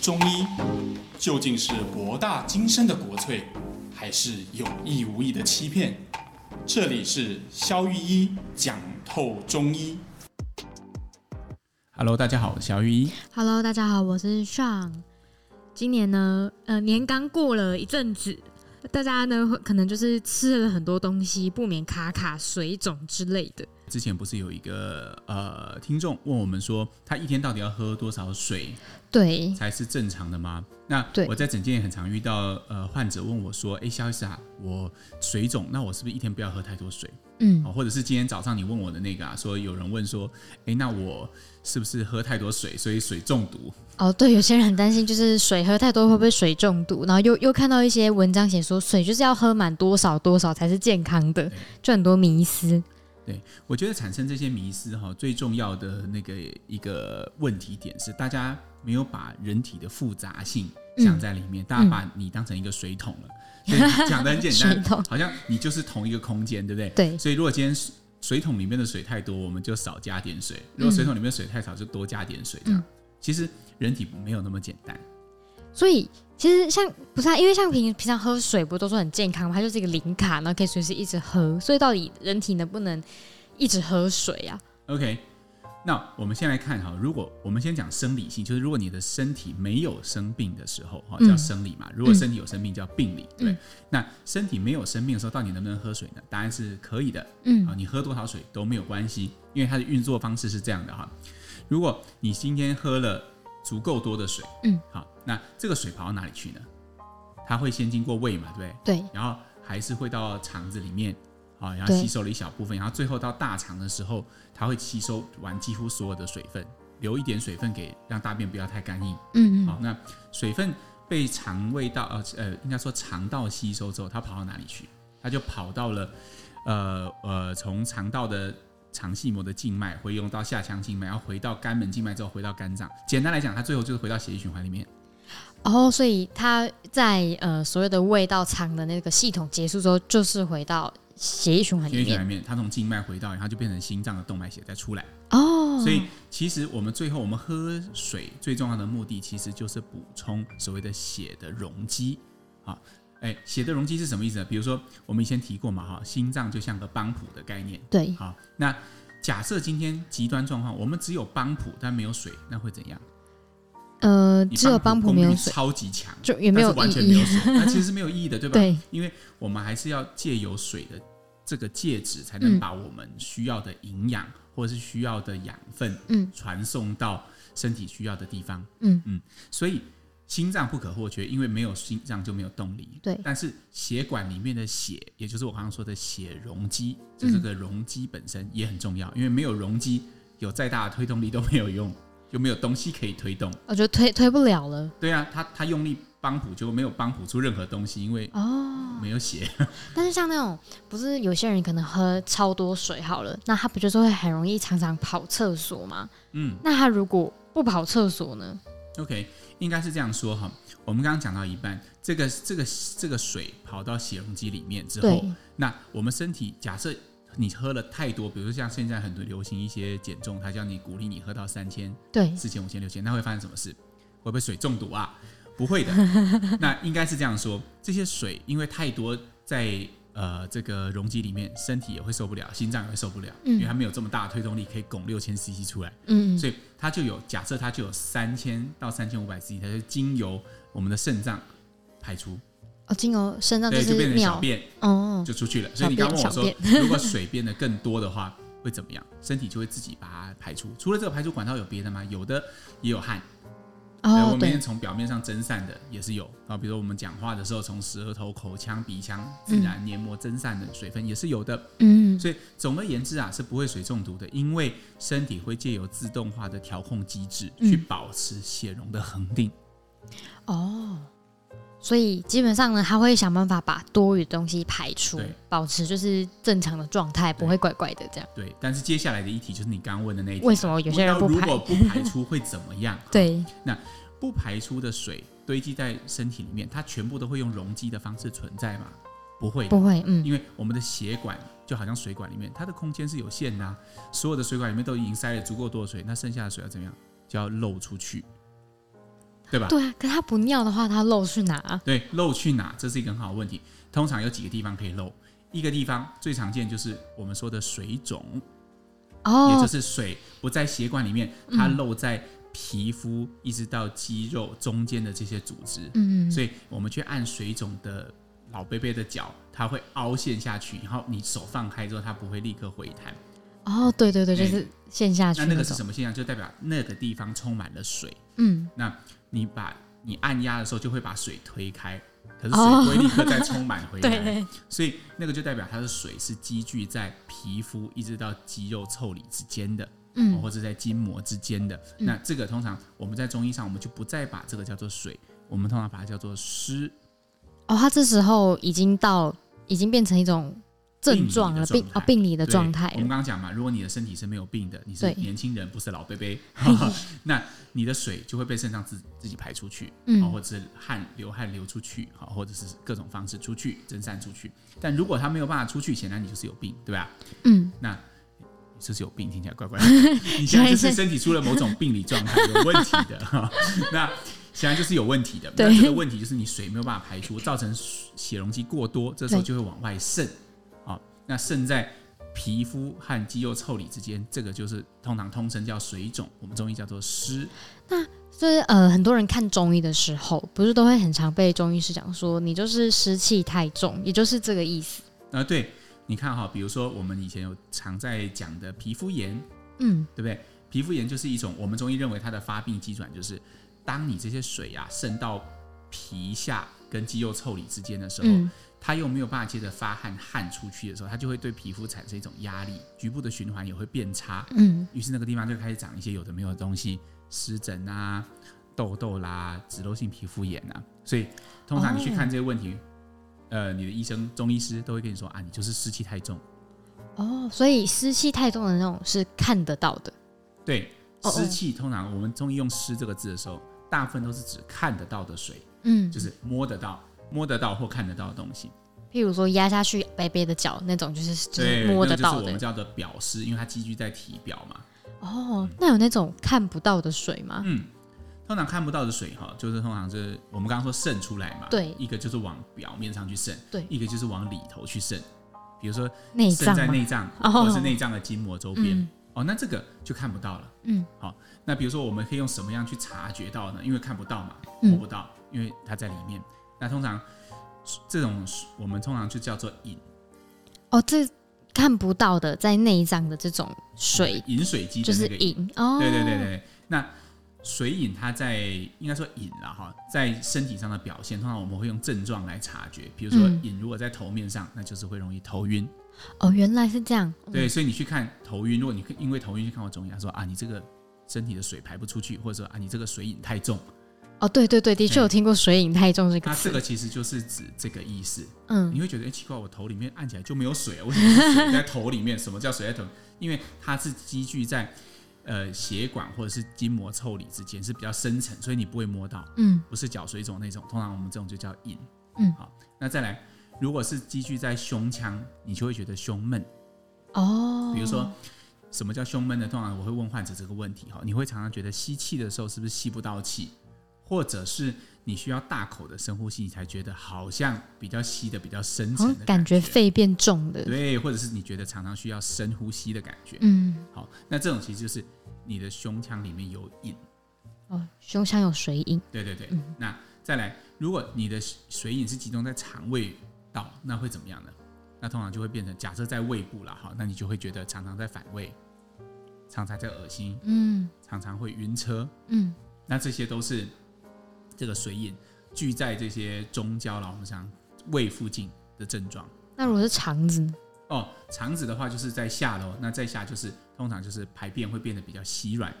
中医究竟是博大精深的国粹，还是有意无意的欺骗？这里是肖玉一讲透中医。Hello，大家好，我是肖玉一。 Hello，大家好，我是尚。今年呢，呃，年刚过了一阵子，大家呢会可能就是吃了很多东西，不免卡卡、水肿之类的。之前不是有一个呃听众问我们说，他一天到底要喝多少水对，才是正常的吗？那对我在诊间也很常遇到呃患者问我说，哎，肖医师啊，我水肿，那我是不是一天不要喝太多水？嗯哦，或者是今天早上你问我的那个啊，说有人问说，哎，那我是不是喝太多水，所以水中毒？哦，对，有些人很担心，就是水喝太多会不会水中毒，然后又又看到一些文章写说水就是要喝满多少多少才是健康的，就很多迷思。我觉得产生这些迷思哈，最重要的那个一个问题点是，大家没有把人体的复杂性嗯想在里面，大家把你当成一个水桶了。所以讲的很简水单桶，好像你就是同一个空间，对不对？对所以如果今天水水桶里面的水太多，我们就少加点水；如嗯果水桶里面水太少，就多加点水。这样，其实人体没有那么简单。所以其实像不是、啊，因为像平平常喝水不都说很健康吗？它就是一个零卡，然后可以随时一直喝。所以到底人体能不能一直喝水啊？ OK，那我们先来看哈，如果我们先讲生理性，就是如果你的身体没有生病的时候，哈，嗯叫生理嘛；如果身体有生病，叫病理，对不对。那身体没有生病的时候，到底能不能喝水呢？答案是可以的，嗯啊，你喝多少水都没有关系，因为它的运作方式是这样的哈。如果你今天喝了足够多的水，嗯，好，那这个水跑到哪里去呢？它会先经过胃嘛，对不对？对，然后还是会到肠子里面，啊，然后对吸收了一小部分，然后最后到大肠的时候，它会吸收完几乎所有的水分，留一点水分给让大便不要太干硬。嗯嗯，好，那水分被肠胃道呃呃，应该说肠道吸收之后，它跑到哪里去？它就跑到了呃呃，从肠道的肠系膜的静脉会用到下腔静脉，然后回到肝门静脉之后回到肝脏。简单来讲，它最后就是回到血液循环里面。然后所以它在呃所有的味道肠的那个系统结束之后，就是回到血液循环血液里循面环里面，它从静脉回到，然后就变成心脏的动脉血再出来。哦，所以其实我们最后我们喝水最重要的目的，其实就是补充所谓的血的容积啊。哎，血的容积是什么意思呢？比如说我们以前提过嘛，哈，心脏就像个帮浦的概念。对好，那假设今天极端状况，我们只有帮浦但没有水，那会怎样？呃你只有帮浦功没有率水，超级强，就也没有但是完全意没有义。水，那其实是没有意义的，对吧？对，因为我们还是要借由水的这个介质，才嗯能把我们需要的营养或者是需要的养分，嗯，传送到身体需要的地方，嗯嗯，所以心脏不可或缺，因为没有心脏就没有动力，对但是血管里面的血，也就是我刚刚说的血容积，就这个容积本身也很重要，因为没有容积，有再大的推动力都没有用， 就没有东西可以推动。我觉得推推不了了对啊，他他用力帮补就没有帮补出任何东西，因为哦。没有血。但是像那种不是有些人可能喝超多水好了，那他不就是会很容易常常跑厕所吗？嗯，那他如果不跑厕所呢？ OK，应该是这样说哈。我们刚刚讲到一半，这个这个这个水跑到血容积里面之后对，那我们身体假设你喝了太多，比如说像现在很多流行一些减重，他叫你鼓励你喝到三千、对，四千、五千、六千，那会发生什么事？会不会水中毒啊？不会 的。那应该是这样说，这些水因为太多在呃这个容积里面，身体也会受不了，心脏也会受不了，因为它没有这么大的推动力可以拱六千 CC 出来。嗯，所以它就有假设它就有三千到三千五百 cc，它就经由我们的肾脏排出，哦，经由肾脏对，就是变成小尿，便哦，就出去了。所以你小刚便问 我说小，如果水变得更多的话，会怎么样？身体就会自己把它排出。除了这个排出管道有别的吗？有的也有汗，对我哦们，每天对，从表面上蒸散的也是有啊，比如说我们讲话的时候，从舌头、口腔、鼻腔自然黏膜蒸散的水分也是有的。嗯，所以总而言之啊，是不会水中毒的，因为身体会借由自动化的调控机制嗯去保持血容的恒定。哦，所以基本上呢，他会想办法把多余的东西排出对，保持就是正常的状态，不会怪怪的这样。对，但是接下来的一题就是你刚刚问的那一题，为什么有些人不如排？果不排出会怎么样？， 对，不排出的水堆积在身体里面，它全部都会用容积的方式存在吗？不会的，不会，嗯，因为我们的血管就好像水管里面，它的空间是有限的啊、所有的水管里面都已经塞了足够多的水，那剩下的水要怎么样？就要漏出去。对吧？对啊，可是它不尿的话，它漏去哪？对，漏去哪？这是一个很好的问题。通常有几个地方可以漏，一个地方最常见就是我们说的水肿，也就哦，是水不在血管里面，它漏在皮肤一直到肌肉中间的这些组织。嗯，所以我们去按水肿的老贝贝的脚，它会凹陷下去，然后你手放开之后，它不会立刻回弹。哦，对对对，就哎是陷下去那那个是种。什么现象？就代表那个地方充满了水。嗯，那你把你按压的时候，就会把水推开，可是哦水不会立刻再充满回来。 对，所以那个就代表它的水是积聚在皮肤一直到肌肉腠理之间的，嗯或者在筋膜之间的。那这个通常我们在中医上，我们就不再把这个叫做水，我们通常把它叫做湿。哦，他这时候已经到，已经变成一种症状了，病病理的状态哦对病理的状态我们了。刚刚讲嘛，如果你的身体是没有病的，你是对年轻人，不是老贝 贝， 那你的水就会被肾脏自自己排出去，哦嗯好或者是汗流汗流出去，好，或者是各种方式出去蒸散出去。但如果它没有办法出去，显然你就是有病，对吧？嗯，那你就是有病，听起来怪怪的。你现在就是身体出了某种病理状态，有问题的。哈那显然就是有问题的。对那这个问题就是你水没有办法排出，造成血容积过多，这时候就会往外渗。好，那渗在皮肤和肌肉腠理之间，这个就是通常通称叫水肿，我们中医叫做湿。就是呃，很多人看中医的时候，不是都会很常被中医师讲说，你就是湿气太重，也就是这个意思。啊、对，你看哈，比如说我们以前有常在讲的皮肤炎，嗯对不对？皮肤炎就是一种我们中医认为它的发病机转，就是当你这些水啊渗到皮下跟肌肉腠理之间的时候，嗯它又没有办法接着发汗汗出去的时候，它就会对皮肤产生一种压力，局部的循环也会变差，嗯，于是那个地方就开始长一些有的没有的东西，湿疹啊、痘痘啦、脂漏性皮肤炎啊。所以通常你去哦看这些问题，呃，你的医生、中医师都会跟你说啊，你就是湿气太重。哦，所以湿气太重的那种是看得到的。对，哦哦湿气通常我们中医用“湿”这个字的时候，大部分都是指看得到的水，嗯，就是摸得到、摸得到或看得到的东西。譬如说压下去贝贝的脚那种，就是就对，是摸得那个到就是我的们。叫做表湿，因为它积聚在体表嘛。哦，那有那种看不到的水吗？嗯，通常看不到的水哈，就是通常就是我们刚刚说渗出来嘛，对一个就是往表面上去渗，对一个就是往里头去渗，比如说内渗脏在吗？内脏哦或者是内脏的筋膜周边。嗯哦，那这个就看不到了。嗯，好，那比如说我们可以用什么样去察觉到呢？因为看不到嘛，嗯摸不到，因为它在里面。那通常这种我们通常就叫做饮哦，这看不到的，在内脏的这种水饮水机就的是那个饮。饮哦，对对对对，对。那水饮它在应该说饮了哈，在身体上的表现，通常我们会用症状来察觉。比如说嗯饮如果在头面上，那就是会容易头晕。哦，原来是这样，对，所以你去看头晕，如果你因为头晕去看我中医，他说啊，你这个身体的水排不出去，或者说啊，你这个水饮太重，哦，对对对，的确哎有听过水饮太重这个它词，这个其实就是指这个意思。嗯你会觉得哎、诶奇怪，我头里面按起来就没有水啊，为什么是水在头里面？什么叫水在头？因为它是积聚在呃血管或者是筋膜腠理之间，是比较深层，所以你不会摸到，嗯不是脚水肿那种。通常我们这种就叫隐。嗯好，那再来，如果是积聚在胸腔，你就会觉得胸闷。哦，比如说，什么叫胸闷呢？通常我会问患者这个问题哈，你会常常觉得吸气的时候是不是吸不到气，或者是你需要大口的深呼吸，你才觉得好像比较吸的比较深好层像的哦感觉觉肺变重了，对，或者是你觉得常常需要深呼吸的感觉。嗯，好，那这种其实就是你的胸腔里面有瘾。哦，胸腔有水饮，对对对，嗯那再来，如果你的水饮是集中在肠胃道，那会怎么样呢？那通常就会变成，假设在胃部了哈，那你就会觉得常常在反胃，常常在恶心，嗯常常会晕车，嗯那这些都是这个水饮聚在这些中焦啦，我们讲胃附近的症状。那如果是肠子呢，哦，肠子的话就是在下喽，那在下就是通常就是排便会变得比较稀软。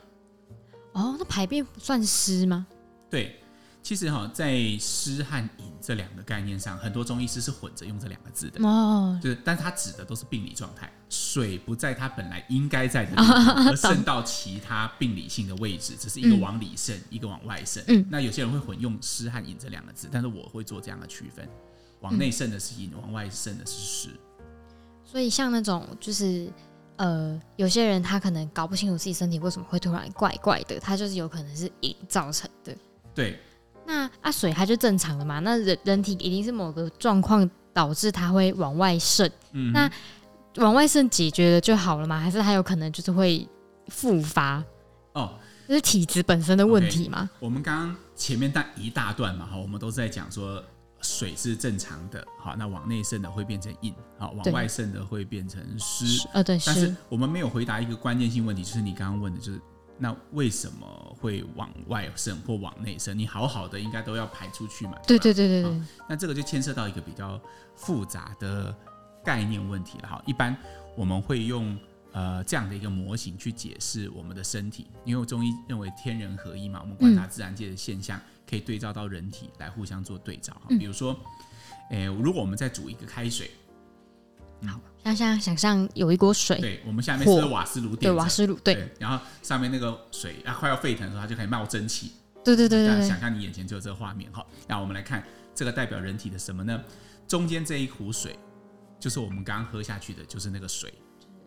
哦，那排便算湿吗？对，其实哈、在湿和饮这两个概念上，很多中医师是混着用这两个字的，哦，就是，但它指的都是病理状态，水不在它本来应该在的地 方，而渗到其他病理性的位置，只是一个嗯往里渗，一个往外渗。嗯那有些人会混用湿和饮这两个字，但是我会做这样的区分，往嗯内渗的是饮，往外渗的是湿。所以像那种就是。呃，有些人他可能搞不清楚自己身体为什么会突然怪怪的，他就是有可能是饮造成的。对，那啊水它就正常了嘛，那人人体一定是某个状况导致它会往外渗，嗯，那往外渗解决了就好了嘛？还是它有可能就是会复发？哦，就是体质本身的问题嘛我们刚刚前面那一大段嘛，哈，我们都是在讲说水是正常的，好，那往内渗的会变成硬，好，往对外渗的会变成湿。呃，对，但是是我们没有回答一个关键性问题，就是你刚刚问的，就是那为什么会往外渗或往内渗？你好好的应该都要排出去嘛。对吧对对对对，那这个就牵涉到一个比较复杂的概念问题了哈。一般我们会用呃这样的一个模型去解释我们的身体，因为中医认为天人合一嘛，我们观察自然界的现象可以对照到人体来互相做对照哈。比如说，诶、如果我们再煮一个开水，像像想象有一锅水，对我们下面是火瓦斯炉点对着瓦斯炉，对然后上面那个水啊快要沸腾的时候，它就可以冒蒸汽，对对对大对家对想，象你眼前就有这个画面哈。那我们来看这个代表人体的什么呢？中间这一壶水，就是我们刚刚喝下去的，就是那个水，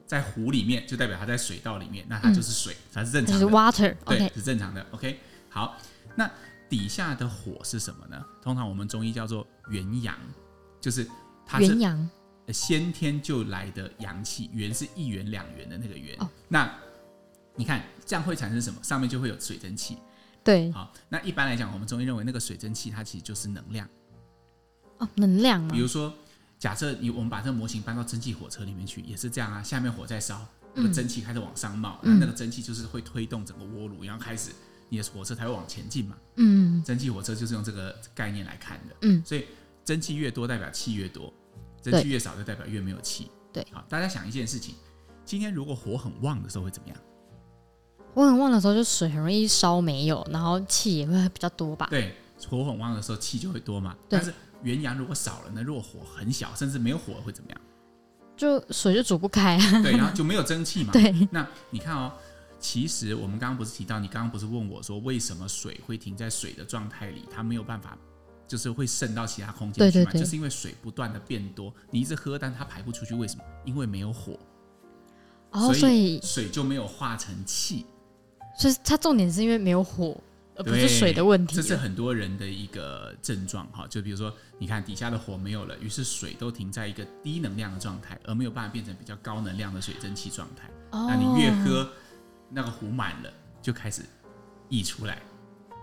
在壶里面就代表它在水道里面，那它就是水，它是正嗯就常是的， water，OK，、对，是正常的。OK，好，那底下的火是什么呢？通常我们中医叫做元阳，就是它是元阳先天就来的阳气，元是一元两元的那个元。哦那你看这样会产生什么？上面就会有水蒸气。对好，那一般来讲，我们中医认为那个水蒸气它其实就是能量。哦，能量嘛比，如说，假设你我们把这个模型搬到蒸汽火车里面去，也是这样啊，下面火在烧，那嗯个蒸汽开始往上冒，那、那个蒸汽就是会推动整个涡炉，然后开始你的火车才会往前进嘛。嗯，蒸汽火车就是用这个概念来看的。嗯，所以蒸汽越多代表气越多，蒸对汽越少就代表越没有气。对，好，大家想一件事情，今天如果火很旺的时候会怎么样？我很旺的时候就水很容易烧没有，然后气也会比较多吧，对，火很旺的时候气就会多嘛。对但是元阳如果少了呢，如果火很小，甚至没有火会怎么 样？就水就煮不开啊，对，然后就没有蒸汽嘛。对，那你看哦，其实我们刚刚不是提到，你刚刚不是问我说，为什么水会停在水的状态里，它没有办法，就是会渗到其他空间对去对嘛？对就是因为水不断的变多，你一直喝，但它排不出去，为什么？因为没有火，然后所所以以水就没有化成气，哦所以它重点是因为没有火，而不是对水的问题啊这了，是很多人的一个症状哈。就比如说，你看底下的火没有了，于是水都停在一个低能量的状态，而没有办法变成比较高能量的水蒸气状态。那你越哦喝，那个壶满了就开始溢出来。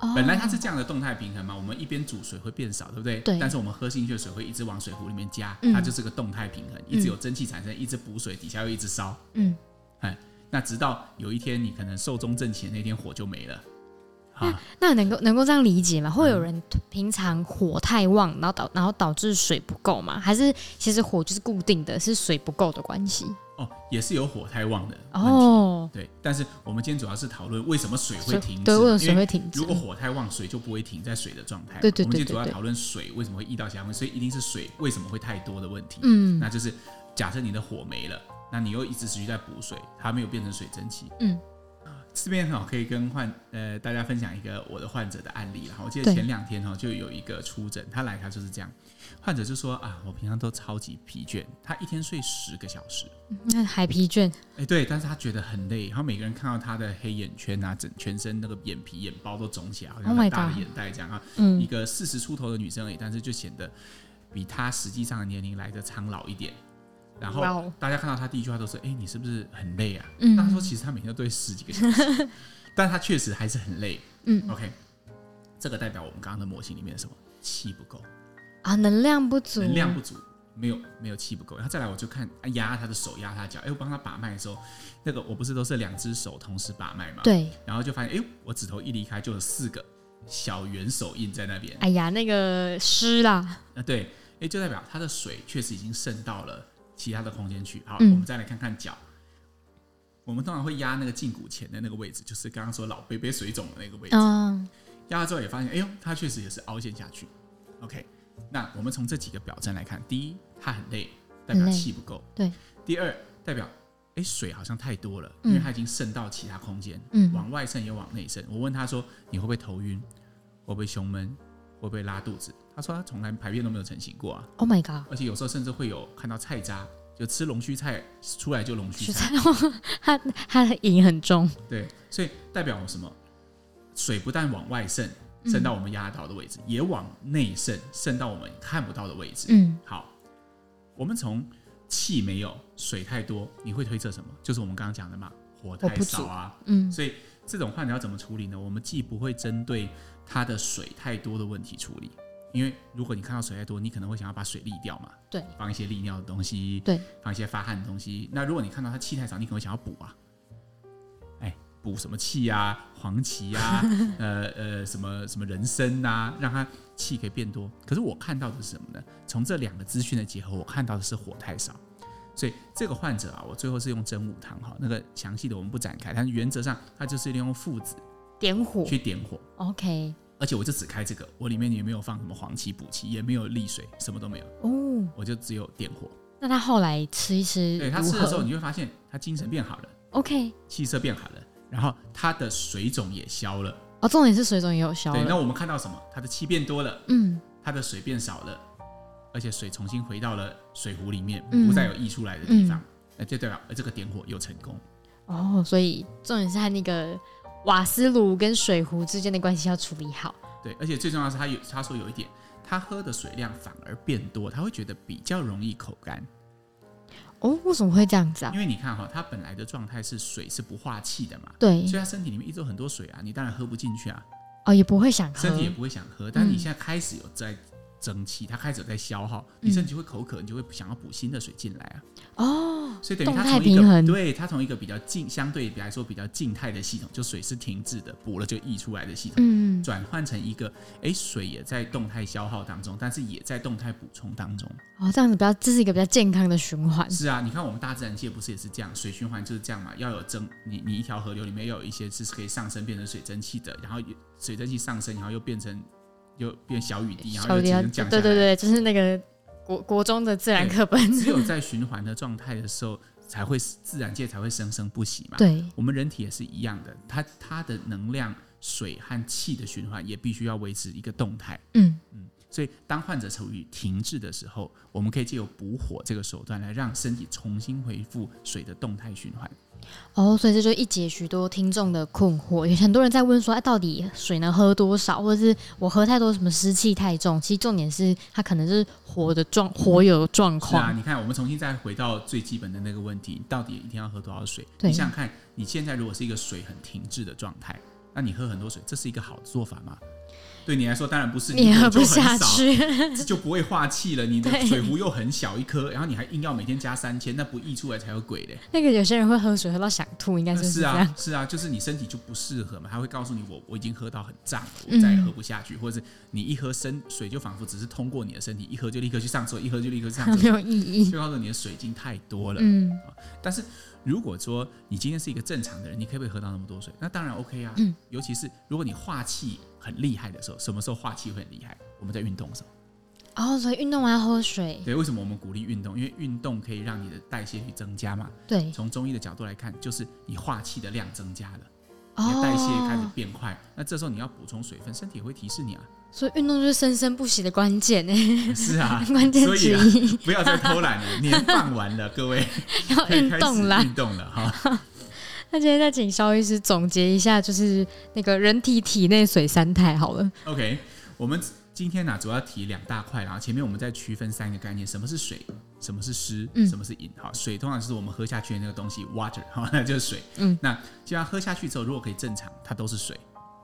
哦本来它是这样的动态平衡嘛，我们一边煮水会变少，对不对？对但是我们喝进去的水会一直往水壶里面加，嗯它就是个动态平衡，一直有蒸汽产生，一直补水，底下又一直烧。嗯，哎，那直到有一天你可能寿终正寝那天火就没了。啊，那能够能够这样理解吗？会有嗯人平常火太旺，然后导然后导致水不够吗？还是其实火就是固定的，是水不够的关系？哦，也是有火太旺的问题。哦，对，但是我们今天主要是讨论为什么水所会以停止嘛，对，为什么因水会停止如？果火太旺，水就不会停在水的状态嘛。对对对我们今天主要对对讨论水为什么会溢到其他东西，所以一定是水为什么会太多的问题。嗯那就是假设你的火没了，那你又一直持续在补水，它没有变成水蒸气。嗯，这边哈可以跟患呃大家分享一个我的患者的案例啦。我记得对前两天哈就有一个出诊，他来他就是这样，患者就说啊，我平常都超级疲倦，他一天睡十个小时。那海疲倦，哎、对，但是他觉得很累，然后每个人看到他的黑眼圈啊，整全身那个眼皮、眼包都肿起来，好像 Oh my 很大的 God 眼袋这样啊。一嗯，个四十出头的女生而已，但是就显得比她实际上的年龄来的苍老一点。然哇后哦大家看到她第一句话都是：“哎、你是不是很累啊？”嗯那她说其实她每天都对十几个小时， 但她确实还是很累。嗯，OK，这个代表我们刚刚的模型里面的什么气不够，啊，能量不足，能量不足，没有没有气不够。然后再来我就看啊压她的手，压她的脚，哎、我帮她把脉的时候，那个我不是都是两只手同时把脉嘛？。对，然后就发现，哎、我指头一离开就有四个小圆手印在那边。哎呀，那个湿啦，啊，对，哎、就代表它的水确实已经渗到了其他的空间去。好，嗯我们再来看看脚。我们通常会压那个胫骨前的那个位置，就是刚刚说老杯杯水肿的那个位置。嗯，压了之后也发现，哎呦，它确实也是凹陷下去。OK，那我们从这几个表征来看，第一，它很累，代表很累气不够；对，第二，代表哎水好像太多了，嗯因为它已经渗到其他空间，嗯往外渗也往内渗。我问他说，你会不会头晕？会不会胸闷？会不会拉肚子？他说他从来排便都没有成型过啊。 ，Oh my god，而且有时候甚至会有看到菜渣，就吃龙须菜出来就龙须实菜，在他他瘾很重，对，所以代表什么？水不但往外渗，嗯渗到我们压到的位置，也往内渗，渗到我们看不到的位置。嗯好，我们从气没有，水太多，你会推测什么？就是我们刚刚讲的嘛，火火太不少足啊。嗯所以这种患者要怎么处理呢？我们既不会针对他的水太多的问题处理，因为如果你看到水太多，你可能会想要把水沥掉嘛，对，放一些利尿的东西，对，放一些发汗的东西。那如果你看到他气太少，你可能会想要补啊，哎，补什么气呀、黄芪呀、呃呃，什么什么人参呐、让他气可以变多。可是我看到的是什么呢？从这两个资讯的结合，我看到的是火太少。所以这个患者啊，我最后是用真武汤哈，那个详细的我们不展开，但是原则上它就是利用附子点火去点火， ，OK，而且我就只开这个，我里面也没有放什么黄芪、补芪，也没有利水，什么都没有，哦，我就只有点火。那他后来吃一吃对他如吃的时候，何你会发现他精神变好了， ，OK，气色变好了，然后他的水肿也消了。哦，重点是水肿也有消对，那了，我们看到什么？他的气变多了，嗯，它的水变少了，而且水重新回到了水壶里面，嗯不再有溢出来的地方，那、就代表呃这个点火有成功。哦，所以重点是他那个瓦斯炉跟水壶之间的关系要处理好，对，而且最重要的是他有他说有一点，他喝的水量反而变多，他会觉得比较容易口干，哦，为什么会这样子啊？因为你看哈、他本来的状态是水是不化气的嘛，对，所以他身体里面一直有很多水啊，你当然喝不进去啊，哦，也不会想喝嗯身，体也不会想喝，但是你现在开始有在。蒸汽，它开始有在消耗，嗯你身体会口渴，你就会想要补新的水进来啊。哦，所以等于它动态从一平个衡对它从一个比较静，相对来说比较静态的系统，就水是停滞的，补了就溢出来的系统，嗯，转换成一个哎水也在动态消耗当中，但是也在动态补充当中。哦，这样子比较，这是一个比较健康的循环，是啊，你看我们大自然界不是也是这样，水循环就是这样嘛，要有蒸，你你一条河流里面要有一些是可以上升变成水蒸气的，然后也水蒸气上升，然后又变成又变小雨滴，然后小又迪只亚，能对降下对来。对，就是那个国国中的自然课本，只有在循环的状态的时候，才会自然界才会生生不息嘛。对，我们人体也是一样的，它它的能量、水和气的循环也必须要维持一个动态。嗯，所以，当患者处于停滞的时候，我们可以借由补火这个手段来让身体重新恢复水的动态循环。哦，所以这就一解许多听众的困惑，有很多人在问说，哎、到底水能喝多少，或者是我喝太多，什么湿气太重？其实重点是它可能是火的状，火有状是啊，况，你看，我们重新再回到最基本的那个问题：到底一天要喝多少水？对你想想看，你现在如果是一个水很停滞的状态，那你喝很多水，这是一个好的做法吗？对你来说，当然不是，你喝喝就不很下少 去， 就不会化气了。你的对水壶又很小一颗，然后你还硬要每天加三千，那不溢出来才有鬼嘞。那个有些人会喝水喝到想吐，应该就是是这样。啊，是啊，就是你身体就不适合嘛，他会告诉你我我已经喝到很胀了，嗯我再也喝不下去，或者是你一喝生水就仿佛只是通过你的身体，一喝就立刻去上厕所，一喝就立刻去上厕 所，没有意义。就告诉你的水已经太多了。啊嗯，但是如果说你今天是一个正常的人，你可不可以喝到那么多水？那当然 OK 啊。嗯尤其是如果你化气很厉害的时候，什么时候化气会很厉害？我们在运动的时候。哦，所以运动完要喝水，对，为什么我们鼓励运动？因为运动可以让你的代谢率增加嘛。对，从中医的角度来看，就是你化气的量增加了，你的哦，代谢开始变快，那这时候你要补充水分，身体也会提示 你啊。所以运动就是生生不息的关键欸呢，，是啊关键所之以啊，一，不要再偷懒了，年放完了，各位 要可以 运开动始啦。运动了哈。那今天再请肖医师总结一下，就是那个人体体内水三态好了。 OK，我们今天呢、啊主要提两大块，然后前面我们再区分三个概念，什么是水，什么是湿，嗯什么是饮。好，水通常就是我们喝下去的那个东西，water，好， 那就是水。嗯，那既然喝下去之后，如果可以正常，它都是水；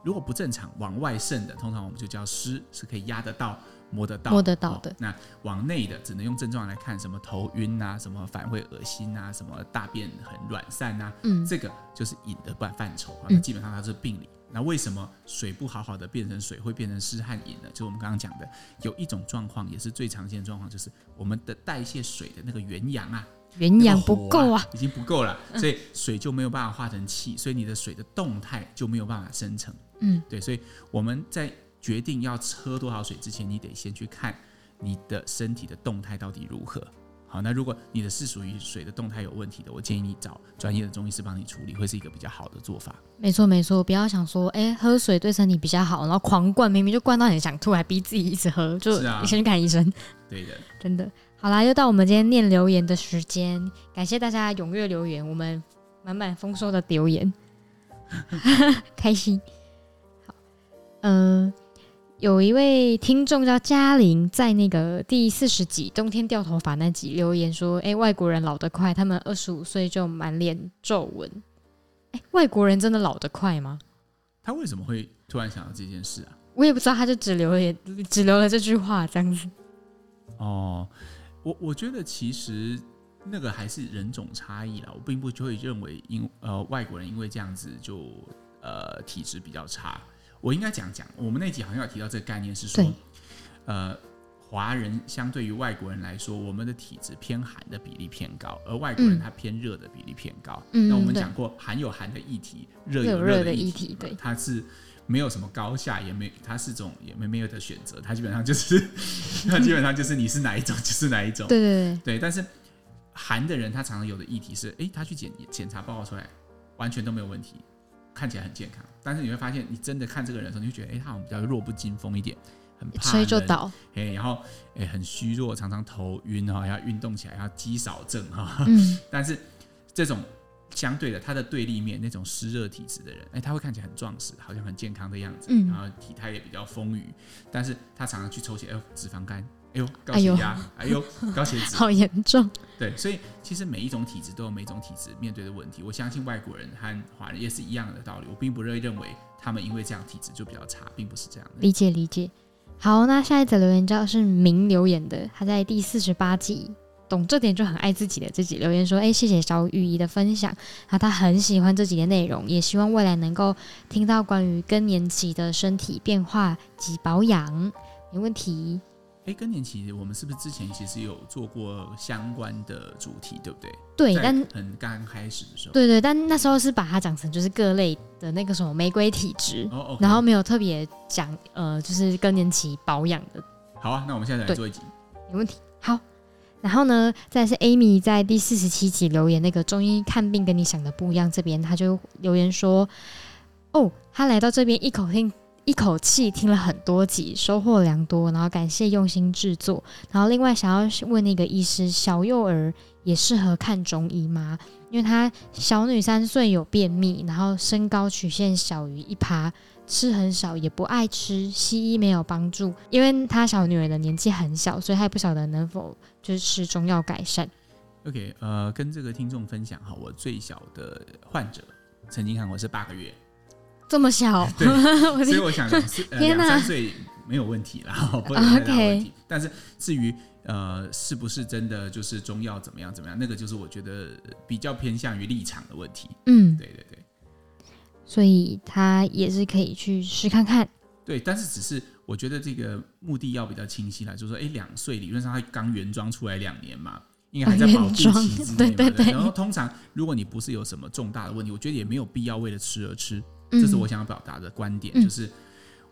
如果不正常，往外渗的，通常我们就叫湿，是可以压得到、摸得到、摸得到的哦那往内的，只能用症状来看，什么头晕啊，什么反胃恶心啊，什么大便很软散啊，嗯这个就是饮的范范畴啊。嗯那基本上它是病理。那为什么水不好好的变成水，会变成湿和饮呢？就是我们刚刚讲的，有一种状况也是最常见的状况，就是我们的代谢水的那个原氧啊，营那养个不火够啊嗯啊，，已经不够了，所以水就没有办法化成气，所以你的水的动态就没有办法生成。嗯，对，所以我们在决定要喝多少水之前，你得先去看你的身体的动态到底如何。好，那如果你的是属于水的动态有问题的，我建议你找专业的中医师帮你处理，会是一个比较好的做法。没错没错，不要想说，哎、喝水对身体比较好，然后狂灌，明明就灌到很想吐，还逼自己一直喝，就是啊先去看医生。对的，真的。好啦，又到我们今天念留言的时间，感谢大家踊跃留言，我们满满丰 收的留言，开心。好，嗯、有一位听众叫嘉玲，在那个第四十集冬天掉头发那集留言说：“哎、外国人老得快，他们二十五岁就满脸皱纹。哎、外国人真的老得快吗？他为什么会突然想到这件事啊？我也不知道，他就只留了也只留了这句话这样子。哦，我我觉得其实那个还是人种差异啦，我并不就会认为因呃外国人因为这样子就呃体质比较差。我应该讲讲，我们那集好像有提到这个概念是说对，呃，华人相对于外国人来说，我们的体质偏寒的比例偏高，而外国人嗯他偏热的比例偏高。嗯那我们对讲过，寒有寒的议题，热热有有热热的议议题题嘛，对它是没有什么高下，也没它是种也没没有的选择，它基本上就是 它基本上就是你是哪一种就是哪一种。对对对，但是寒的人他常常有的议题是，诶，他去检检查报告出来完全都没有问题，看起来很健康，但是你会发现，你真的看这个人的时候，你会觉得，诶，他好像比较弱不禁风一点，很对，怕吹就冷倒。哎，然后哎很虚弱，常常头晕哈、要运动起来要肌少症哈、嗯， 但是这种相对的，他的对立面那种湿热体质的人，哎，他会看起来很壮实，好像很健康的样子，嗯然后体态也比较丰腴，但是他常常去抽血，哎呦，脂肪肝，哎呦，高哎血呦压，哎呦，高血脂，好严重。对，所以其实每一种体质都有每一种体质面对的问题。我相信外国人和华人也是一样的道理。我并不认认为他们因为这样体质就比较差，并不是这样的。理解理解。好，那下一则留言叫是明留言的，他在第四十八集。懂这点就很爱自己的自己留言说：“哎、谢谢小雨怡的分享，啊，他很喜欢这集的内容，也希望未来能够听到关于更年期的身体变化及保养。没问题，哎，更年期我们是不是之前其实有做过相关的主题，对不对？对，在哎但很刚开始的时候，对对，但那时候是把它讲成就是各类的那个什么玫瑰体质，哦，OK，然后没有特别讲呃，就是更年期保养的好啊，那我们现在来对做一集。没问题。好，然后呢，再来是 Amy 在第四十七集留言那个中医看病跟你想的不一样，这边他就留言说，哦，他来到这边一口听。一口气听了很多集，收获良多，然后感谢用心制作。然后另外想要问那个医师，小幼儿也适合看中医吗？因为她小女三岁有便秘，然后身高曲线小于一趴，吃很少，也不爱吃，西医没有帮助，因为她小女儿的年纪很小，所以她也不晓得能否就是吃中药改善。 OK，呃，跟这个听众分享哈，我最小的患者曾经看过是八个 月，这么小，哎对 我所以就我想两岁呃天两哪三岁没有问题啦，不会有太大的 OK 问题。但是至于呃是不是真的就是中药怎么样怎么样，那个就是我觉得比较偏向于立场的问题。嗯，对对对所以她也是可以去试看看。对，但是只是我觉得这个目的要比较清晰啦，就是说，哎，两岁理论上他刚原装出来两年嘛。应该还在哦保护原装期 之内嘛，对对对然后通常，如果你不是有什么重大的问题，我觉得也没有必要为了吃而吃。嗯，这是我想要表达的观点，嗯就是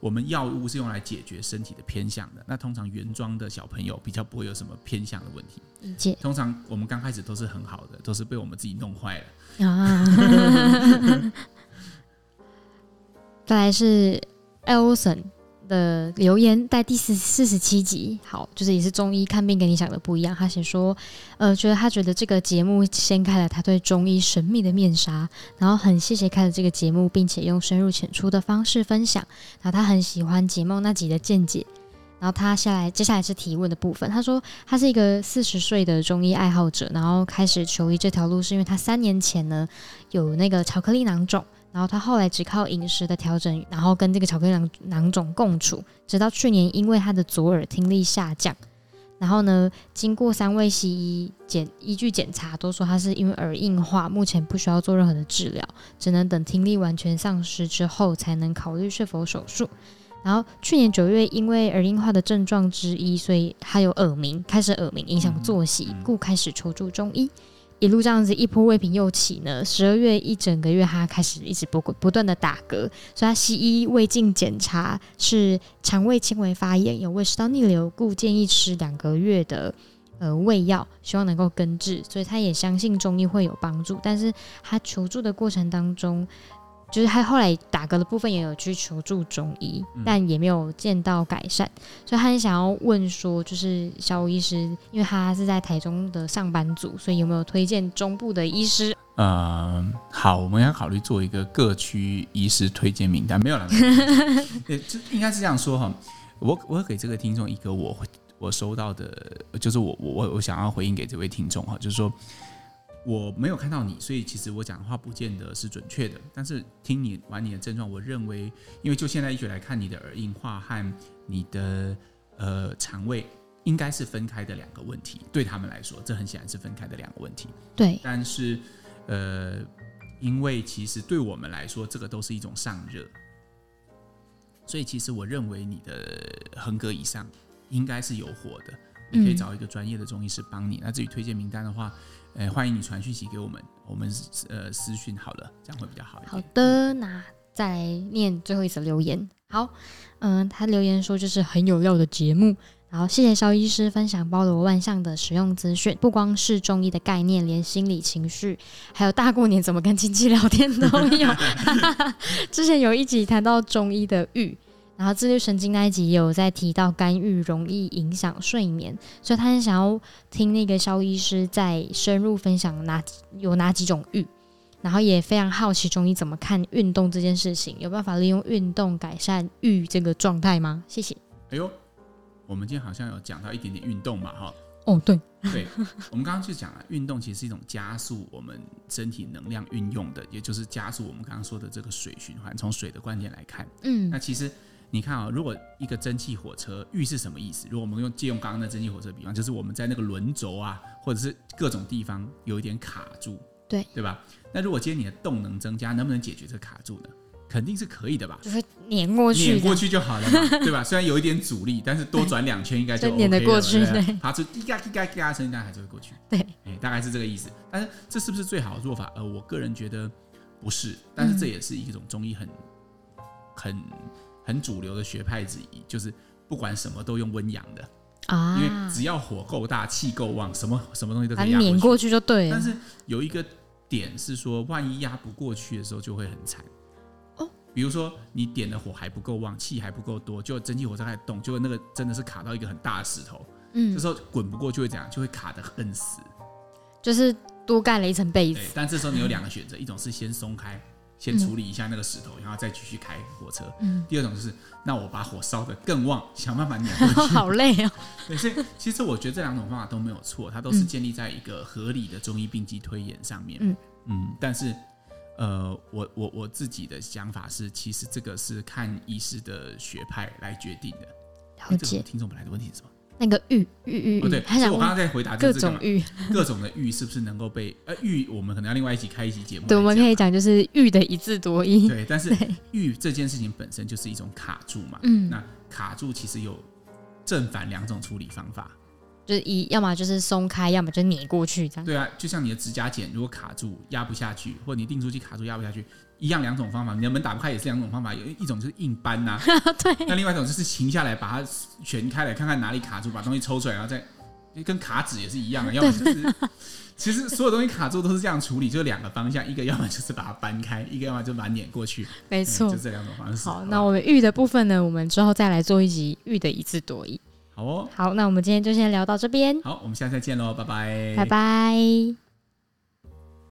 我们药物是用来解决身体的偏向的。那通常原装的小朋友比较不会有什么偏向的问题，理解通常我们刚开始都是很好的，都是被我们自己弄坏了。啊。再来是 Elson 的留言，在第四四十七集，好，就是也是中医看病跟你想的不一样。他写说，呃，觉得他觉得这个节目掀开了他对中医神秘的面纱，然后很谢谢开了这个节目，并且用深入浅出的方式分享。然后他很喜欢节目那集的见解。然后他下来，接下来是提问的部分。他说，他是一个四十岁的中医爱好者，然后开始求医这条路是因为他三年前呢有那个巧克力囊肿，然后他后来只靠饮食的调整，然后跟这个巧克力囊囊肿共处，直到去年因为他的左耳听力下降，然后呢，经过三位西医检依据检查，都说他是因为耳硬化，目前不需要做任何的治疗，只能等听力完全丧失之后才能考虑是否手术。然后去年九月，因为耳硬化的症状之一，所以他有耳鸣，开始耳鸣影响作息，故开始求助中医。一路这样子一波未平又起呢，十二月一整个月他开始一直不不断的打嗝，所以他西医胃镜检查是肠胃轻微发炎，有胃食道逆流，故建议吃两个月的呃胃药，希望能够根治。所以他也相信中医会有帮助，但是他求助的过程当中，就是他后来打嗝的部分也有去求助中医，但也没有见到改善，所以他很想要问说，就是小吴医师，因为他是在台中的上班族，所以有没有推荐中部的医师？呃，好，我们要考虑做一个各区医师推荐名单，没有了，没有 啦对，就应该是这样说哈。我我给这个听众一个我我收到的，就是我我我我想要回应给这位听众哈，就是说我没有看到你，所以其实我讲的话不见得是准确的，但是听你完你的症状，我认为，因为就现代医学来看，你的耳硬化和你的呃肠胃应该是分开的两个问题，对他们来说，这很显然是分开的两个问题。对，但是呃，因为其实对我们来说，这个都是一种上热，所以其实我认为你的横膈以上应该是有火的，你可以嗯找一个专业的中医师帮你。那至于推荐名单的话，呃，欢迎你传讯息给我们，我们呃私讯好了，这样会比较好一好点。的，那再来念最后一则留言。好，嗯，他留言说就是很有料的节目。然后谢谢肖医师分享包罗万象的实用资讯，不光是中医的概念，连心理情绪，还有大过年怎么跟亲戚聊天都有。 之前有一集谈到中医的郁，然后自律神经那一集也有在提到肝郁容易影响睡眠，所以他很想要听那个肖医师再深入分享哪几有哪几种郁。然后也非常好奇中医怎么看运动这件事情，有办法利用运动改善郁这个状态吗？谢谢。哎呦，我们今天好像有讲到一点点运动嘛，哈。哦，对， 对，我们刚刚就讲了，运动其实是一种加速我们身体能量运用的，也就是加速我们刚刚说的这个水循环。从水的观点来看，嗯那其实你看啊、如果一个蒸汽火车浴是什么意思？如果我们用借用刚刚的蒸汽火车比方，就是我们在那个轮轴啊，或者是各种地方有一点卡住，对对吧？那如果今天你的动能增加，能不能解决这卡住呢？肯定是可以的吧。就是碾过去碾的过，去就好了嘛， 对吧？虽然有一点阻力，但是多转两圈应该就就 OK 碾得过去了对不对对，爬出滴嘎滴嘎滴嘎的声音，大家还是会过去。对，哎、大概是这个意思。但是这是不是最好的做法？呃，我个人觉得不是，但是这也是一种中医很、很、很主流的学派之一，就是不管什么都用温阳的，因为啊，只要火够大、气够旺，什么什么东西都可反以正压碾过过去。去就对了但。是有一个点是说，万一压不过去的时候，就会很惨。哦，比如说你点的火还不够旺，气还不够多，就蒸汽火车开始动，结果那个真的是卡到一个很大的石头，这嗯，时候滚不过去会怎样？就会卡得很死。就是多盖了一层被子对，，但这时候你有两个选择，一种是先松开，先处理一下那个石头，然后再继续开火车；嗯，第二种就是，那我把火烧得更旺，想办法碾过去。 好累哦。对， 所以其实我觉得这两种方法都没有错，它都是建立在一个合理的中医病机推演上面。嗯嗯，但是呃，我我我自己的想法是，其实这个是看医师的学派来决定的。哎了这个解听众本来的问题是什么？那个郁郁郁哦，对，郁，他所以想我刚刚问在回答就各是这个种嘛郁，各种的欲是不是能够被呃欲，我们可能要另外一集开一集节目来对，讲啊。我们可以讲就是郁的一字多音。对，但是对，欲这件事情本身就是一种卡住嘛。嗯，那卡住其实有正反两种处理方法。就是一要么就是松开，要么就碾过去这样。对啊，就像你的指甲剪如果卡住压不下去，或者你订书机卡住压不下去，一样两种方法。你的门打不开也是两种方法，有一种就是硬扳呐、 对，那另外一种就是停下来把它旋开来，看看哪里卡住，把东西抽出来，然后再就跟卡纸也是一样 啊。要么就是，其实所有东西卡住都是这样处理，就两个方向，一个要么就是把它扳开，一个要么就把它碾过去。没没错嗯就。这两种方式。好，不那我们玉的部分呢，我们之后再来做一集玉的一字多义。好哦。哦好，那我们今天就先聊到这边，好，我们下次再见喽，拜拜，拜拜